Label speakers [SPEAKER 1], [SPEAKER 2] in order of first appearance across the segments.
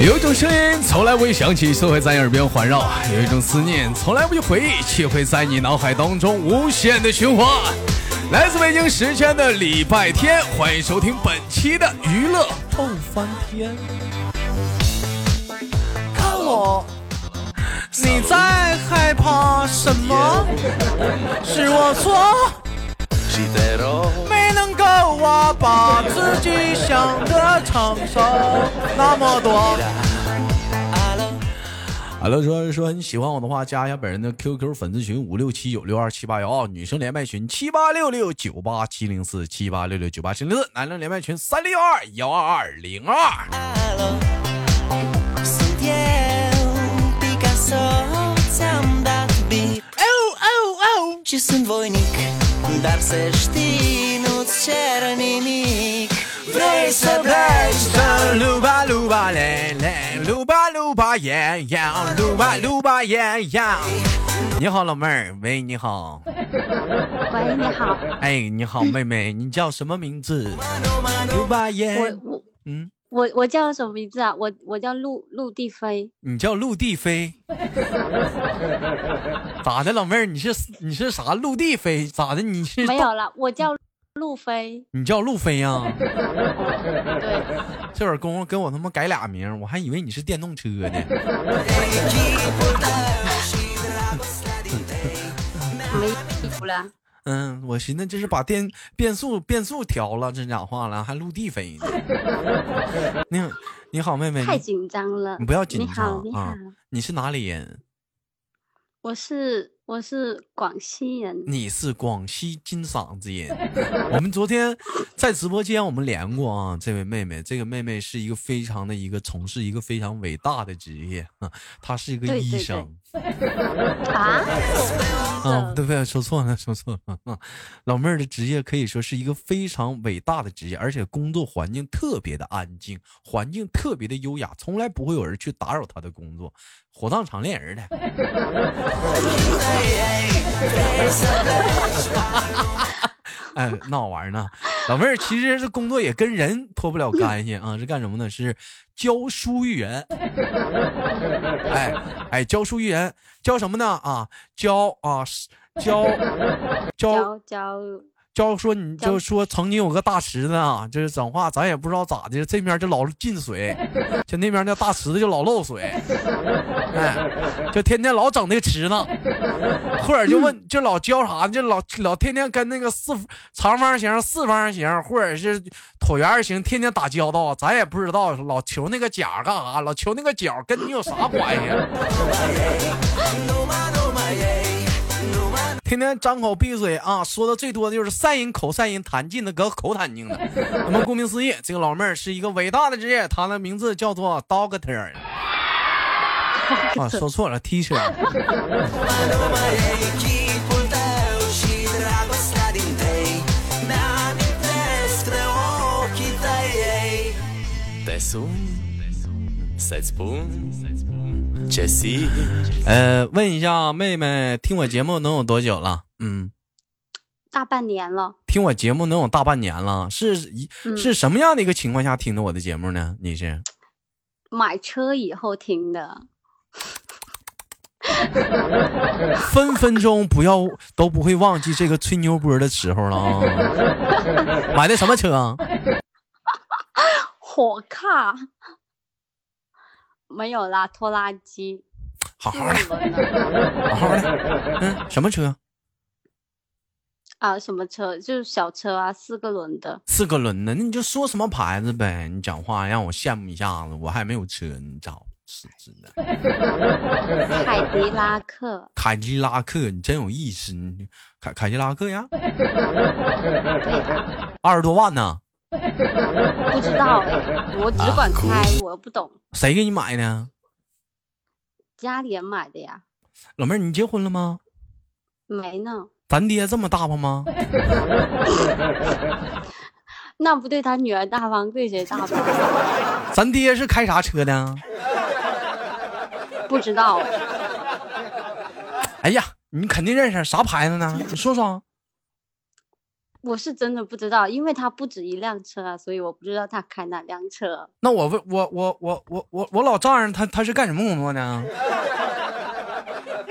[SPEAKER 1] 有一种声音从来不会响起，却会在你耳边环绕；有一种思念从来不去回忆，却会在你脑海当中无限的循环。来自北京时间的礼拜天，欢迎收听本期的娱乐逗翻天。
[SPEAKER 2] 看我，你在害怕什么？是我错。没能够啊，把自己想的承受那么多。
[SPEAKER 1] Hello，说说你喜欢我的话，加一下本人的 QQ 粉丝群五六七九六二七八幺啊，女生连麦群七八六六九八七零四七八六六九八七零四，男生连麦群三六二幺二二零二。
[SPEAKER 2] Vreau
[SPEAKER 1] 鲁巴鲁巴嘞嘞，鲁巴鲁巴耶呀，鲁巴鲁巴耶呀。你好，老妹儿，喂，你好，
[SPEAKER 3] 喂，你 好，
[SPEAKER 1] 哎，你好，妹妹，你叫什么名字？鲁巴耶，
[SPEAKER 3] 我我
[SPEAKER 1] 哎嗯，
[SPEAKER 3] 我我叫什么名字啊？我我叫陆陆地飞，
[SPEAKER 1] 你叫陆地 飞，咋的，老妹儿，你是你是啥陆地飞？咋的？你是
[SPEAKER 3] 没有了，我叫陆飞。
[SPEAKER 1] 你叫路飞呀、
[SPEAKER 3] 对，
[SPEAKER 1] 这会儿功夫跟我他妈改俩名儿，我还以为你是电动车呢。
[SPEAKER 3] 没衣服了。
[SPEAKER 1] 嗯，我寻思这是把电变速变速调了，真讲话了，还陆地飞呢。 你好你好，妹妹，
[SPEAKER 3] 太
[SPEAKER 1] 你
[SPEAKER 3] 紧张了。
[SPEAKER 1] 哎你不要紧张
[SPEAKER 3] 你好，你好，
[SPEAKER 1] 啊！你是哪里人？
[SPEAKER 3] 我是我是广西人。
[SPEAKER 1] 你是广西金嗓子人。我们昨天在直播间我们连过啊，这位妹妹，这个妹妹是一个非常的一个从事一个非常伟大的职业啊，她是一个
[SPEAKER 3] 对对
[SPEAKER 1] 医
[SPEAKER 3] 对
[SPEAKER 1] 生。
[SPEAKER 3] 啊？
[SPEAKER 1] 啊，对不对？说错了，说错了。啊老妹儿的职业可以说是一个非常伟大的职业，而且工作环境特别的安静，环境特别的优雅，从来不会有人去打扰她的工作，火葬场恋人的。 哎，闹玩儿呢。老妹儿其实这工作也跟人脱不了干系啊，是干什么呢？是教书育人。哎哎，教书育人，教什么呢？啊，教啊，是教教
[SPEAKER 3] 教教
[SPEAKER 1] 教说你
[SPEAKER 3] 教
[SPEAKER 1] 就说曾经有个大池子啊，就是整话咱也不知道咋的，这面就老进水，就那边那大池子就老漏水，哎，就天天老整那个池子，或者就问就老教啥，就老老天天跟那个四长方形、四方形或者是椭圆形天天打交道，啊咱也不知道老求那个甲干啥，老求那个角跟你有啥关系？啊天天张口闭嘴啊，说的最多的就是善因口善因，弹尽的搁口弹净的。那么顾名思义，这个老妹儿是一个伟大的职业，她的名字叫做 Doctor。啊，说错了，teacher。
[SPEAKER 2] Te sun Să-ți spun Ce simt
[SPEAKER 1] 呃，问一下妹妹，听我节目能有多久了？嗯，
[SPEAKER 3] 大半年了，
[SPEAKER 1] 听我节目能有大半年了，是一
[SPEAKER 3] 嗯
[SPEAKER 1] 是什么样的一个情况下听的我的节目呢？你是
[SPEAKER 3] 买车以后听的。
[SPEAKER 1] 分分钟不要都不会忘记这个吹牛波的时候了啊！ 买的什么车啊？
[SPEAKER 3] 火卡没有啦，拖拉机。
[SPEAKER 1] 好好的，
[SPEAKER 3] 四轮的
[SPEAKER 1] 好好的，嗯，什么车？
[SPEAKER 3] 啊，什么车？就是小车啊，四个轮的。
[SPEAKER 1] 四个轮的，那你就说什么牌子呗。你讲话让我羡慕一下子，我还没有车，你找是是的。
[SPEAKER 3] 凯迪拉克，
[SPEAKER 1] 凯迪拉克，你真有意思，你凯凯迪拉克呀，
[SPEAKER 3] 对的，
[SPEAKER 1] 二十多万呢，
[SPEAKER 3] 不知道
[SPEAKER 1] 啊
[SPEAKER 3] 哎，我只管开，我不懂。
[SPEAKER 1] 谁给你买的？
[SPEAKER 3] 家里人买的呀，
[SPEAKER 1] 老妹儿，你结婚了吗？
[SPEAKER 3] 没呢。
[SPEAKER 1] 咱爹这么大方吗？
[SPEAKER 3] 那不对，他女儿大方，对谁大方？
[SPEAKER 1] 咱爹是开啥车的？
[SPEAKER 3] 不知道哎，
[SPEAKER 1] 哎呀，你肯定认识啥牌子呢？你说说。
[SPEAKER 3] 我是真的不知道，因为他不止一辆车啊，所以我不知道他开哪辆车。
[SPEAKER 1] 那我问我我我我我我老丈人他他是干什么工作啊呢？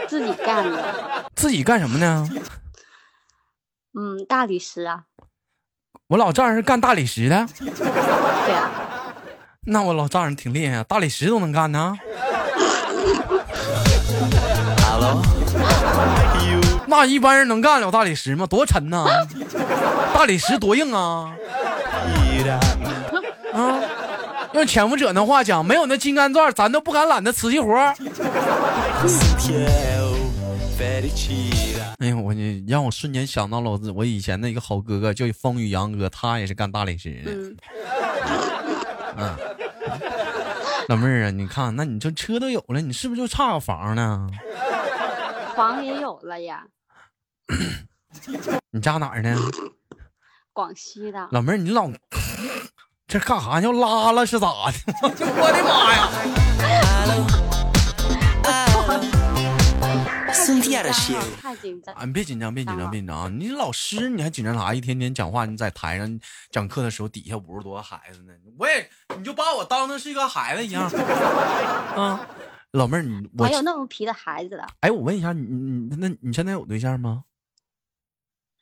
[SPEAKER 3] 自己干的，
[SPEAKER 1] 自己干什么啊呢？
[SPEAKER 3] 嗯，大理石啊，
[SPEAKER 1] 我老丈人是干大理石的，
[SPEAKER 3] 对啊，
[SPEAKER 1] 那我老丈人挺厉害啊，大理石都能干呢。那一般人能干了大理石吗？多沉呐、大理石多硬啊！啊，用潜伏者那话讲，没有那金刚钻，咱都不敢揽那瓷器活儿。哎呀，我你让我瞬间想到了我自我以前的一个好哥哥，叫风雨杨哥，他也是干大理石的。
[SPEAKER 3] 嗯，
[SPEAKER 1] 老妹儿啊，你看，那你这车都有了，你是不是就差个房呢？
[SPEAKER 3] 房也有了呀，
[SPEAKER 1] 你家哪儿呢？
[SPEAKER 3] 广西的，
[SPEAKER 1] 老妹儿，你老这干啥要拉了是咋的？ 我的妈呀！
[SPEAKER 3] 太紧张了，
[SPEAKER 1] 啊，你别紧张，别紧张，别紧张啊！你老师你还紧张啥？一天天讲话，你在台上讲课的时候，底下五十多个孩子呢，我也你就把我当成是一个孩子一样啊！老妹儿，你我
[SPEAKER 3] 还有哎那么皮的孩子了，
[SPEAKER 1] 哎，我问一下，你你那你现在有对象吗？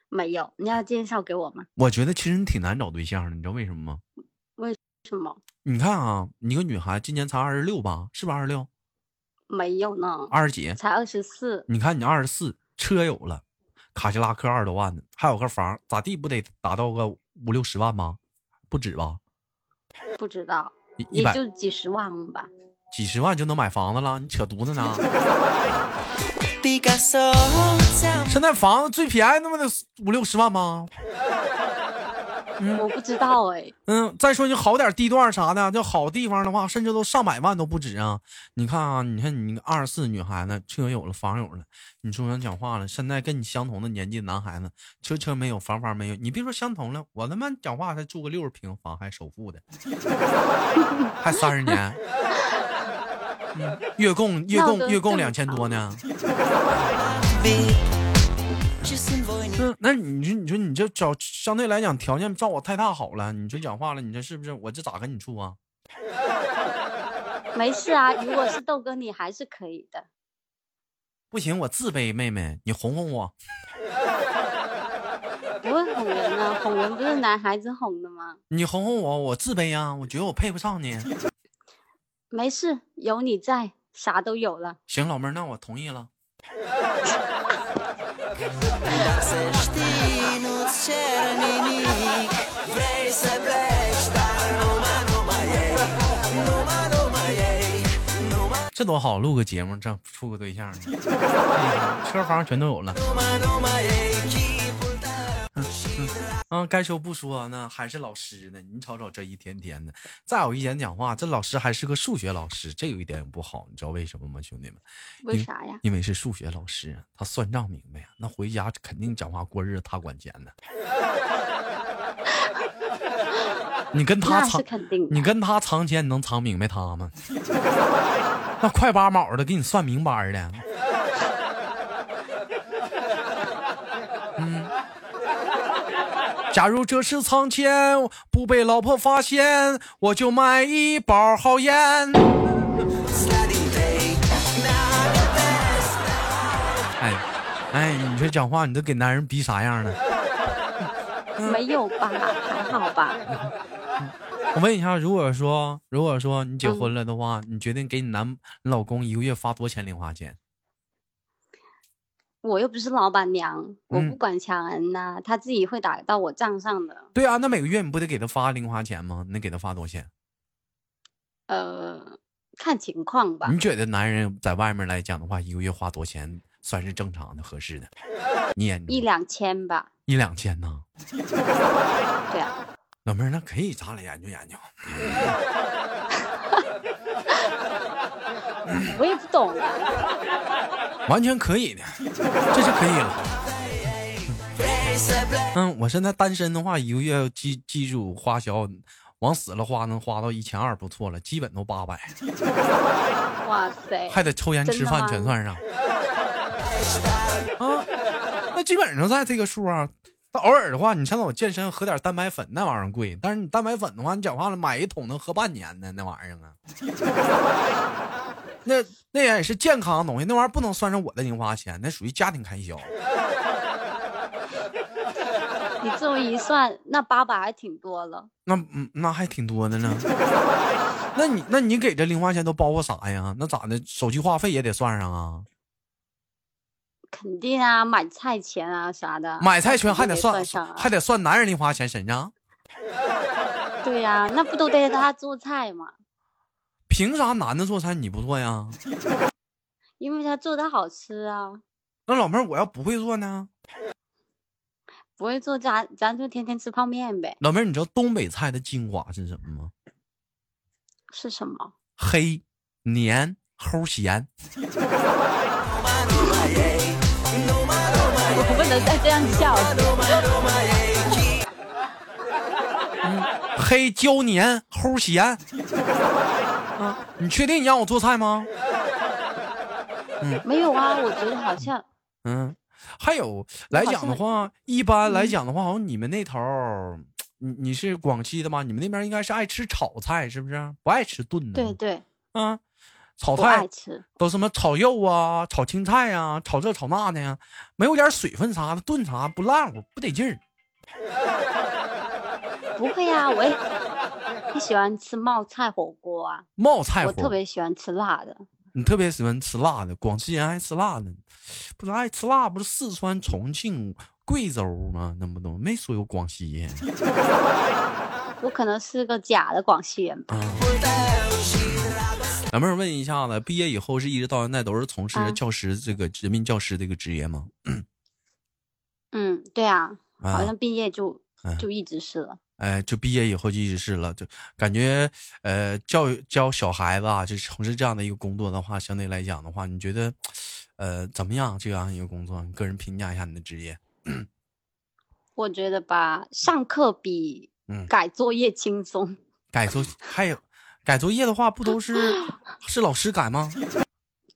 [SPEAKER 3] 没有，你要介绍给我吗？
[SPEAKER 1] 我觉得其实你挺难找对象的，你知道为什么吗？
[SPEAKER 3] 什么？
[SPEAKER 1] 你看啊，你一个女孩今年才二十六吧，是不是二十六？
[SPEAKER 3] 没有呢，
[SPEAKER 1] 二十几？
[SPEAKER 3] 才二十四，
[SPEAKER 1] 你看你二十四，车有了，卡迪拉克二十多万的，还有个房，咋地不得达到个五六十万吧？不止吧？
[SPEAKER 3] 不知道，
[SPEAKER 1] 一一
[SPEAKER 3] 也
[SPEAKER 1] 百
[SPEAKER 3] 就几十万吧。
[SPEAKER 1] 几十万就能买房子了？你扯犊子 呢！现在房子最便宜那么得五六十万吗？
[SPEAKER 3] 我不知道哎，
[SPEAKER 1] 嗯，再说你好点地段啥的，就好地方的话，甚至都上百万都不止啊！你看啊，你看你二十四女孩子，车有了，房有了，你说想讲话了。现在跟你相同的年纪的男孩子，车车没有，房房没有，你别说相同了，我他妈讲话才住个六十平房，还首付的，还三十 年，嗯月供月
[SPEAKER 3] 那
[SPEAKER 1] 供
[SPEAKER 3] 都
[SPEAKER 1] 月供
[SPEAKER 3] 这么
[SPEAKER 1] 两千多呢。
[SPEAKER 4] Just
[SPEAKER 1] 那嗯那你说你说你这找相对来讲条件照我太大好了，你说讲话了，你这是不是我这咋跟你处啊？
[SPEAKER 3] 没事啊，如果是豆哥你还是可以的，
[SPEAKER 1] 不行，我自卑，妹妹，你哄哄我。
[SPEAKER 3] 不会哄人啊，哄人不是男孩子哄的吗？
[SPEAKER 1] 你哄哄我，我自卑呀、啊我觉得我配不上你。
[SPEAKER 3] 没事，有你在，啥都有了。
[SPEAKER 1] 行，老妹儿，那我同意了。这多好，录个节目，这处个对象呢，哎 车房全都有了。嗯，该说不说呢，还是老师呢。你瞅瞅这一天天的，再有一点讲话，这老师还是个数学老师，这有一点也不好，你知道为什么吗，兄弟们？
[SPEAKER 3] 为
[SPEAKER 1] 因
[SPEAKER 3] 啥呀？
[SPEAKER 1] 因为是数学老师，啊他算账明白呀，啊那回家肯定讲话过日子，他管钱的。你跟他
[SPEAKER 3] 那
[SPEAKER 1] 藏
[SPEAKER 3] 是，肯定
[SPEAKER 1] 你
[SPEAKER 3] 的，
[SPEAKER 1] 跟他藏钱，你能藏明白他吗？ 那快八毛的给你算明白儿的。 嗯，假如这是藏钱，不被老婆发现，我就买一包好烟。哎，哎，你这讲话，你都给男人逼啥样了？
[SPEAKER 3] 没有吧？还好吧？
[SPEAKER 1] 我问一下，如果说如果说你结婚了的话，你决定给你男你老公一个月发多少钱零花钱？
[SPEAKER 3] 我又不是老板娘，我
[SPEAKER 1] 嗯
[SPEAKER 3] 不管抢人呐、他自己会打到我账上的。
[SPEAKER 1] 对啊，那每个月你不得给他发零花钱吗？你得给他发多少钱？
[SPEAKER 3] 呃，看情况吧
[SPEAKER 1] 你。觉得男人在外面来讲的话，一个月花多少钱算是正常的、合适的？你眼
[SPEAKER 3] 一
[SPEAKER 1] 中
[SPEAKER 3] 两千吧，
[SPEAKER 1] 一两千呢？
[SPEAKER 3] 对啊，
[SPEAKER 1] 老妹儿，那可以，咱俩研究研究。
[SPEAKER 3] 我也不懂啊。
[SPEAKER 1] 完全可以的，这是可以了。嗯嗯，我现在单身的话，一个月基基础花销往死了花，能花到一千二不错了，基本都八百，
[SPEAKER 3] 哇塞，
[SPEAKER 1] 还得抽烟吃饭全
[SPEAKER 3] 真的吗
[SPEAKER 1] 算上。啊，那基本上在这个数啊。但偶尔的话，你像我健身喝点蛋白粉那玩意儿贵，但是你蛋白粉的话，你讲话了买一桶能喝半年呢，那玩意儿啊。那那也是健康的东西，那玩意儿不能算上我的零花钱，那属于家庭开销。
[SPEAKER 3] 你这么一算，那八百还挺多了。
[SPEAKER 1] 那嗯，那还挺多的呢。 那你那你给这零花钱都包括啥呀？那咋的？手机话费也得算上啊，
[SPEAKER 3] 肯定啊，买菜钱啊啥的，
[SPEAKER 1] 买菜全还
[SPEAKER 3] 肯定
[SPEAKER 1] 得
[SPEAKER 3] 得
[SPEAKER 1] 算，
[SPEAKER 3] 上啊。
[SPEAKER 1] 还得算男人零花钱身上。
[SPEAKER 3] 对呀、那不都得他做菜嘛？
[SPEAKER 1] 凭啥男的做菜你不做呀？
[SPEAKER 3] 因为他做的好吃啊，
[SPEAKER 1] 那老妹儿我要不会做呢？
[SPEAKER 3] 不会做咱咱就天天吃泡面呗。
[SPEAKER 1] 老妹儿，你知道东北菜的精华是什么吗？
[SPEAKER 3] 是什么？
[SPEAKER 1] 黑、黏、齁咸。
[SPEAKER 3] 我不能再这样笑了。
[SPEAKER 1] 嗯黑椒黏齁咸。啊，你确定你让我做菜吗？
[SPEAKER 3] 没有啊，我觉得好像
[SPEAKER 1] 嗯，还有来
[SPEAKER 3] 好
[SPEAKER 1] 讲的
[SPEAKER 3] 像嗯
[SPEAKER 1] 话，一般来讲的话，好像你们那头儿，你你是广西的吗？你们那边应该是爱吃炒菜，是不是？不爱吃炖的。
[SPEAKER 3] 对。对，
[SPEAKER 1] 啊，炒
[SPEAKER 3] 不爱
[SPEAKER 1] 菜
[SPEAKER 3] 吃。
[SPEAKER 1] 都什么炒肉啊、炒青菜啊、炒这炒那的呀，没有点水分啥的，炖啥不烂乎，不得劲儿。
[SPEAKER 3] 不会呀、我也很喜欢吃冒菜火锅啊，
[SPEAKER 1] 冒菜
[SPEAKER 3] 我
[SPEAKER 1] 火
[SPEAKER 3] 特
[SPEAKER 1] 锅，
[SPEAKER 3] 别喜欢吃辣的。
[SPEAKER 1] 你特别喜欢吃辣的，广西人爱吃辣的，不是爱吃辣，不是四川、重庆、贵州吗？那不都没说有广西人。
[SPEAKER 3] 我可能是个假的广西人吧。
[SPEAKER 1] 老妹儿问一下子，毕业以后是一直到现在都是从事着
[SPEAKER 3] 啊
[SPEAKER 1] 教师这个人民教师这个职业吗？
[SPEAKER 3] 嗯，对啊，好
[SPEAKER 1] 啊
[SPEAKER 3] 像，毕业就、
[SPEAKER 1] 啊
[SPEAKER 3] 就一直是了。
[SPEAKER 1] 哎，就毕业以后就一直是了，就感觉呃，教育教小孩子啊，就从事这样的一个工作的话，相对来讲的话，你觉得呃怎么样？这样一个工作，你个人评价一下你的职业。
[SPEAKER 3] 我觉得吧，上课比
[SPEAKER 1] 嗯
[SPEAKER 3] 改作业轻松。
[SPEAKER 1] 改作还有改作业的话，不都是是老师改吗？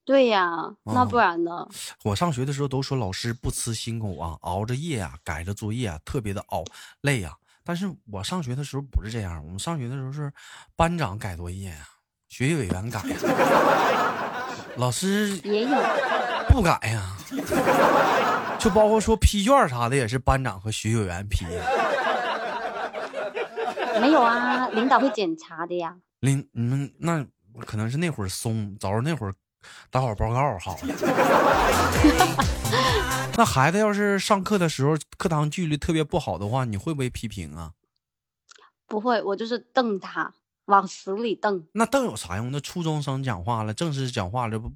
[SPEAKER 3] 对呀、那
[SPEAKER 1] 哦
[SPEAKER 3] 不然呢？
[SPEAKER 1] 我上学的时候都说老师不辞辛苦啊，熬着夜啊，改着作业啊，特别的熬累啊。但是我上学的时候不是这样，我们上学的时候是班长改作业啊，学习委员改啊、老师
[SPEAKER 3] 也有
[SPEAKER 1] 不改呀、就包括说批卷啥的也是班长和学习委员批啊呀、
[SPEAKER 3] 没有啊？领导会检查的呀。
[SPEAKER 1] 领你们嗯那可能是那会儿松，早上那会儿打好报告好了。 那孩子要是上课的时候课堂纪律特别不好的话，你会不会批评啊？
[SPEAKER 3] 不会，我就是瞪他，往死里瞪。
[SPEAKER 1] 那瞪有啥用？那初中生讲话了，正式讲话了不？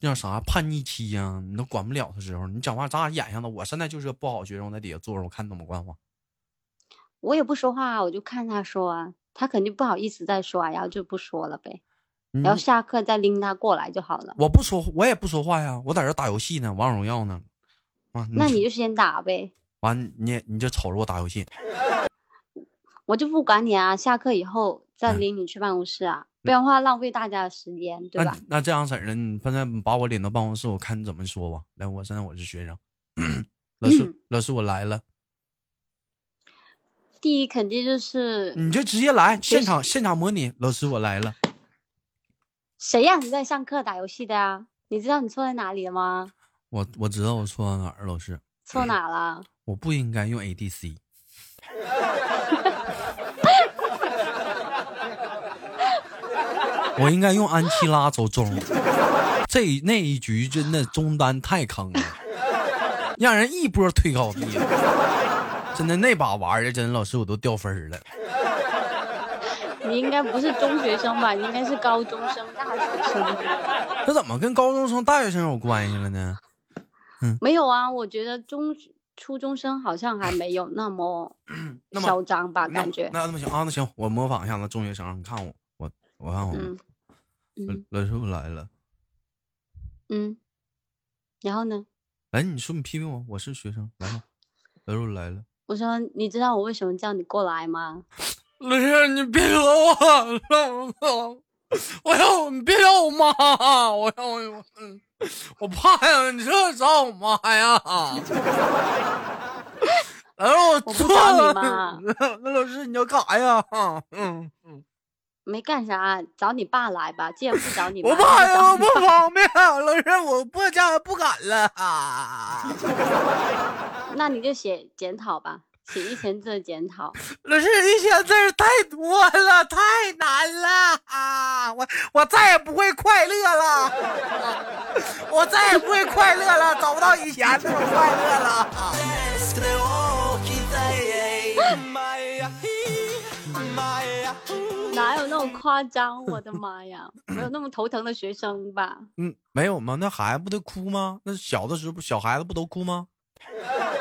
[SPEAKER 1] 叫啥叛逆期呀、你都管不了的时候，你讲话咋演上了？我现在就是个不好学生，我在底下坐着，我看怎么管我。
[SPEAKER 3] 我也不说话啊，我就看他说啊，他肯定不好意思再说啊，然后就不说了呗。
[SPEAKER 1] 你
[SPEAKER 3] 然后下课再拎他过来就好了。
[SPEAKER 1] 嗯我不说，我也不说话呀，我在这打游戏呢，王者荣耀呢。啊，
[SPEAKER 3] 那你就先打呗，
[SPEAKER 1] 完，你也你就瞅着我打游戏，
[SPEAKER 3] 我就不管你啊。下课以后再
[SPEAKER 1] 嗯
[SPEAKER 3] 领你去办公室啊，不然的话浪费大家的时间，对
[SPEAKER 1] 那
[SPEAKER 3] 吧？
[SPEAKER 1] 那这样式儿的，你现在把我领到办公室，我看你怎么说吧。来，我现在我是学生，老师、
[SPEAKER 3] 嗯
[SPEAKER 1] 老师我来了，
[SPEAKER 3] 第一肯定就是
[SPEAKER 1] 你就直接来现场现场模拟。老师我来了，
[SPEAKER 3] 谁让你在上课打游戏的啊？你知道你错在哪里了吗？
[SPEAKER 1] 我我知道我错在哪儿，老师，
[SPEAKER 3] 错哪了？
[SPEAKER 1] 我不应该用 ADC。我应该用安琪拉走中，这那一局真的中单太坑了，让人一波推高低。真的那把玩的，真的老师我都掉分儿了。
[SPEAKER 3] 你应该不是中学生吧？你应该是高中生、大学生。
[SPEAKER 1] 这怎么跟高中生、大学生有关系了呢？嗯
[SPEAKER 3] 没有啊，我觉得中学初中生好像还没有那么
[SPEAKER 1] 那么
[SPEAKER 3] 嚣张吧，
[SPEAKER 1] 那
[SPEAKER 3] 感觉。
[SPEAKER 1] 那那么行啊，那行，我模仿一下子中学生，你看我，我我看我，
[SPEAKER 3] 嗯嗯
[SPEAKER 1] 老师傅来了，
[SPEAKER 3] 嗯，然后呢？
[SPEAKER 1] 来，你说你批评我，我是学生，来吧。
[SPEAKER 2] 他说来了。
[SPEAKER 3] 我说你知道我为什么叫你过来吗？
[SPEAKER 1] 老师，你别惹我，我操！我要你别找我妈，我要我，嗯我怕呀！你这找我妈呀？然后我
[SPEAKER 3] 我
[SPEAKER 1] 错
[SPEAKER 3] 不找你
[SPEAKER 1] 了。
[SPEAKER 3] 妈，
[SPEAKER 2] 那老师你要干啥呀？嗯，
[SPEAKER 3] 没干啥，找你爸来吧。既然不找你妈，
[SPEAKER 2] 我怕呀，我
[SPEAKER 3] 就
[SPEAKER 2] 不方便，老师我不家不敢了。啊
[SPEAKER 3] 找那你就写检讨吧，写一千字的检讨。
[SPEAKER 2] 老师，一千字儿太多了，太难了啊！我我再也不会快乐了， 我再也不会快乐了，找不到以前那种快乐了。
[SPEAKER 3] 哪有那么夸张？我的 妈呀，没有那么头疼的学生吧？
[SPEAKER 1] 嗯，没有吗？那孩子不得哭吗？那小的时候不，小孩子不都哭吗？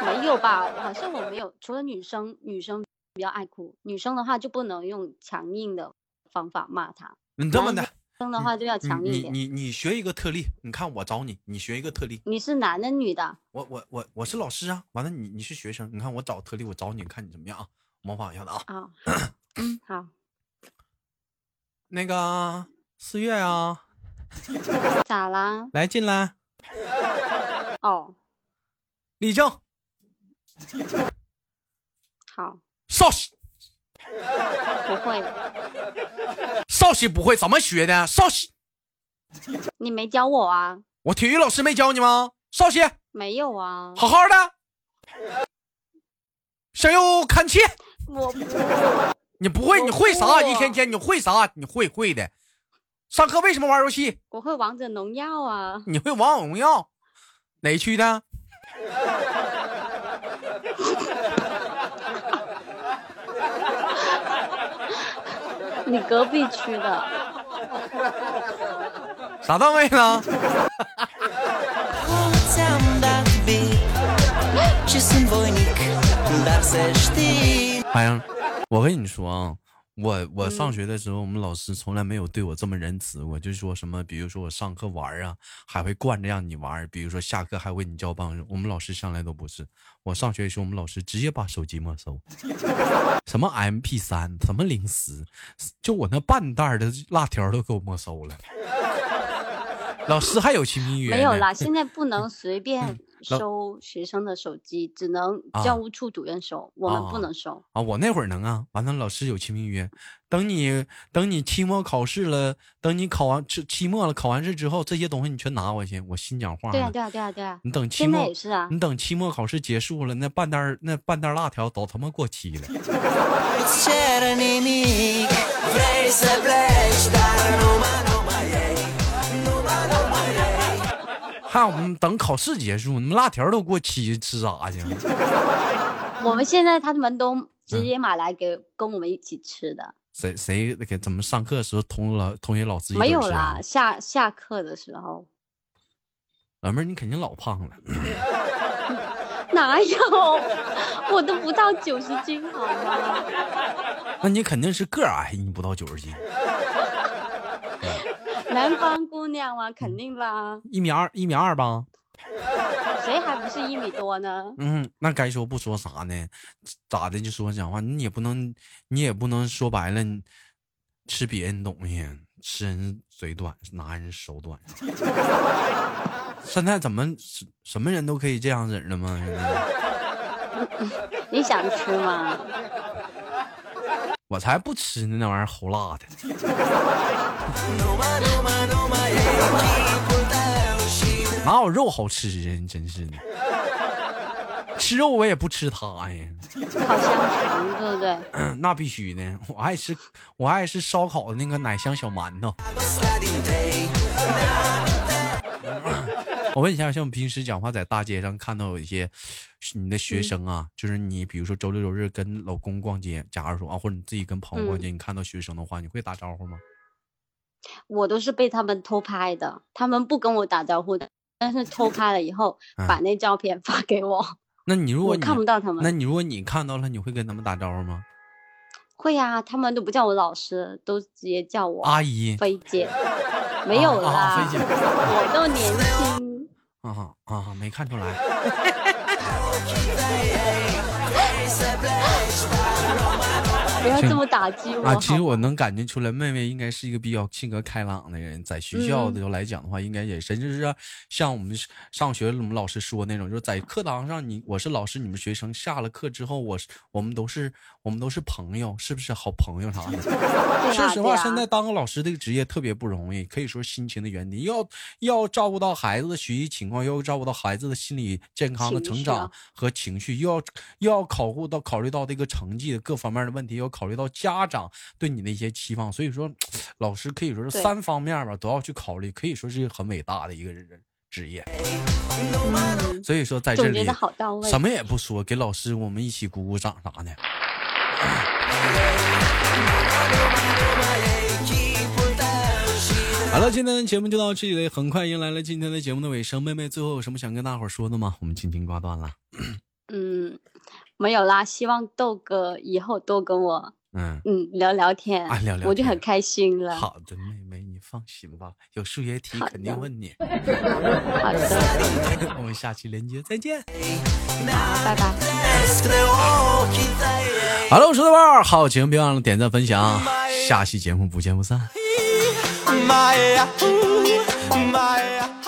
[SPEAKER 3] 没有吧？好像我没有，除了女生，女生比较爱哭。女生的话就不能用强硬的方法骂她，
[SPEAKER 1] 你这么的
[SPEAKER 3] 男，生的话就要强硬
[SPEAKER 1] 你
[SPEAKER 3] 一
[SPEAKER 1] 你
[SPEAKER 3] 点。
[SPEAKER 1] 你你学一个特例，你看我找你，你学一个特例。
[SPEAKER 3] 你是男的女的？
[SPEAKER 1] 我我我我是老师啊，完了你你是学生，你看我找特例，我找你，看你怎么样啊？模仿一下子啊。
[SPEAKER 3] 啊、嗯，好，
[SPEAKER 1] 那个四月啊，
[SPEAKER 3] 咋啦？
[SPEAKER 1] 来进来，
[SPEAKER 3] 哦，
[SPEAKER 1] 立正，
[SPEAKER 3] 好，
[SPEAKER 1] 稍息，
[SPEAKER 3] 不会，
[SPEAKER 1] 稍息不会怎么学的？稍息，
[SPEAKER 3] 你没教我啊？
[SPEAKER 1] 我体育老师没教你吗？稍息，
[SPEAKER 3] 没有啊，
[SPEAKER 1] 好好的，向右看齐。
[SPEAKER 3] 我
[SPEAKER 1] 你不会，
[SPEAKER 3] 我
[SPEAKER 1] 你会啥？
[SPEAKER 3] 不
[SPEAKER 1] 一天天你会啥？你会会的。上课为什么玩游戏？
[SPEAKER 3] 我会王者荣耀啊，
[SPEAKER 1] 你会王者荣耀？哪区的？
[SPEAKER 3] 你隔壁区 的，
[SPEAKER 1] 啥单位呢？
[SPEAKER 4] Ți-am dat vin Și sunt voinic Dar să știi
[SPEAKER 1] 哎呀，我跟你说啊，我
[SPEAKER 3] 嗯
[SPEAKER 1] 我上学的时候，我们老师从来没有对我这么仁慈过，就说什么，比如说我上课玩啊，还会惯着让你玩，比如说下课还会你交棒。我们老师向来都不是。我上学的时候，我们老师直接把手机没收， 什么 MP 三，什么零食，就我那半袋儿的辣条都给我没收了。 老师还有亲密约
[SPEAKER 3] 没有
[SPEAKER 1] 呢
[SPEAKER 3] 啦，现在不能 随便收学生的手机，只能
[SPEAKER 1] 啊
[SPEAKER 3] 教务处主任收，我们
[SPEAKER 1] 啊
[SPEAKER 3] 不能收。
[SPEAKER 1] 啊，我那会儿能啊，完了老师有亲密约，等你等你期末考试了，等你考完期期末了，考完试之后这些东西你全拿回去，我心讲话
[SPEAKER 3] 对啊，
[SPEAKER 1] 呢
[SPEAKER 3] 对啊，对啊，对啊，
[SPEAKER 1] 你等期
[SPEAKER 3] 现在
[SPEAKER 1] 末嗯
[SPEAKER 3] 也，是啊，
[SPEAKER 1] 你等期末考试结束了，那半袋儿那半袋儿辣条都他妈过期了。
[SPEAKER 4] Îți cer nimic Vrei să pleci Dar nu mă, nu mă iei
[SPEAKER 1] 看我们等考试结束，你们辣条都过期，吃啥去？
[SPEAKER 3] 我们现在他们都
[SPEAKER 1] 嗯
[SPEAKER 3] 直接买来给跟我们一起吃的，
[SPEAKER 1] 谁谁给咱们上课的时候同老同学老师一
[SPEAKER 3] 没
[SPEAKER 1] 顿
[SPEAKER 3] 有
[SPEAKER 1] 吃啊
[SPEAKER 3] 啦，下下课的时候
[SPEAKER 1] 老妹儿你肯定老胖了。
[SPEAKER 3] 哪有， 我都不到九十斤好吗？
[SPEAKER 1] 那你肯定是个儿矮，你不到九十斤，
[SPEAKER 3] 南方姑娘嘛，肯定啦，
[SPEAKER 1] 一米二一米二吧？
[SPEAKER 3] 谁还不是一米多呢？
[SPEAKER 1] 嗯，那该说不说啥呢？咋的就说讲话，你也不能，你也不能说白了，你吃别人东西，吃人嘴短，拿人手短。现在怎么什什么人都可以这样子了吗？现在
[SPEAKER 3] 你想吃吗？
[SPEAKER 1] 我才不吃呢，那玩意儿齁辣的。
[SPEAKER 4] Nu mă, nu mă, nu mă iei Chipul tău și
[SPEAKER 1] 哪有肉好吃呀？你真是的，吃肉我也不吃它呀。
[SPEAKER 3] 烤香肠对不对？
[SPEAKER 1] 那必须的，我爱吃，我爱吃烧烤的那个奶香小馒头。
[SPEAKER 4] dragostea din tei
[SPEAKER 1] 我问一下，像我们平时讲话在大街上看到有一些你的学生啊，就是你比如说周六周日跟老公逛街，假如说啊，或者你自己跟朋友
[SPEAKER 3] 嗯
[SPEAKER 1] 逛街，你看到学生的话，你会打招呼吗？
[SPEAKER 3] 我都是被他们偷拍的，他们不跟我打招呼的，但是偷拍了以后，
[SPEAKER 1] 嗯
[SPEAKER 3] 把那照片发给我，
[SPEAKER 1] 那你如果
[SPEAKER 3] 我
[SPEAKER 1] 你
[SPEAKER 3] 看不到他们
[SPEAKER 1] 那你如果你看到了，你会跟他们打招呼吗？
[SPEAKER 3] 会呀、他们都不叫我老师，都直接叫我
[SPEAKER 1] 阿姨，啊
[SPEAKER 3] 菲姐，没有
[SPEAKER 1] 哦
[SPEAKER 3] 啦，
[SPEAKER 1] 啊啊菲姐
[SPEAKER 3] 我都年轻，
[SPEAKER 1] 啊啊，没看出来。
[SPEAKER 3] 不要这么打击我。
[SPEAKER 1] 啊，其实
[SPEAKER 3] 好
[SPEAKER 1] 我能感觉出来，妹妹应该是一个比较性格开朗的人，在学校的来讲的话，应该也甚至是像我们上学我们老师说那种，就是在课堂上你我是老师，你们学生，下了课之后我是我们都是我们都是朋友，是不是好朋友啥的？
[SPEAKER 3] 对
[SPEAKER 1] 说
[SPEAKER 3] 啊
[SPEAKER 1] 实
[SPEAKER 3] 对
[SPEAKER 1] 话，
[SPEAKER 3] 啊
[SPEAKER 1] 现在当个老师这个职业特别不容易，可以说心情的原地，要要照顾到孩子的学习情况，要照顾到孩子的心理健康的
[SPEAKER 3] 情
[SPEAKER 1] 成
[SPEAKER 3] 绪
[SPEAKER 1] 长
[SPEAKER 3] 啊
[SPEAKER 1] 和情绪，又要又要考顾到考虑到这个成绩的各方面的问题，要考虑到家长对你的一些期望，所以说，老师可以说是
[SPEAKER 3] 对
[SPEAKER 1] 三方面吧都要去考虑，可以说是很伟大的一个人职业。
[SPEAKER 3] 嗯
[SPEAKER 1] 所以说在这
[SPEAKER 3] 总结
[SPEAKER 1] 里
[SPEAKER 3] 的好到位。
[SPEAKER 1] 什么也不说，给老师我们一起鼓鼓掌啥的。好了，今天的节目就到这里，很快迎来了今天的节目的尾声。妹妹，最后有什么想跟大伙儿说的吗？我们轻轻挂断了。
[SPEAKER 3] 嗯，没有啦，希望豆哥以后多跟我
[SPEAKER 1] 嗯，
[SPEAKER 3] 嗯聊聊天，
[SPEAKER 1] 啊聊聊
[SPEAKER 3] 我就
[SPEAKER 1] 天
[SPEAKER 3] 很开心了。
[SPEAKER 1] 好的，妹妹，你放心吧，有数学题
[SPEAKER 3] 好
[SPEAKER 1] 肯定
[SPEAKER 3] 的
[SPEAKER 1] 问你。
[SPEAKER 3] 好 的，
[SPEAKER 1] 我们下期连接再见。
[SPEAKER 3] 拜拜。
[SPEAKER 1] 好了，我是豆瓣儿，好节目别忘了点赞分享，下期节目不见不散。
[SPEAKER 2] My Yahoo, my Yahoo.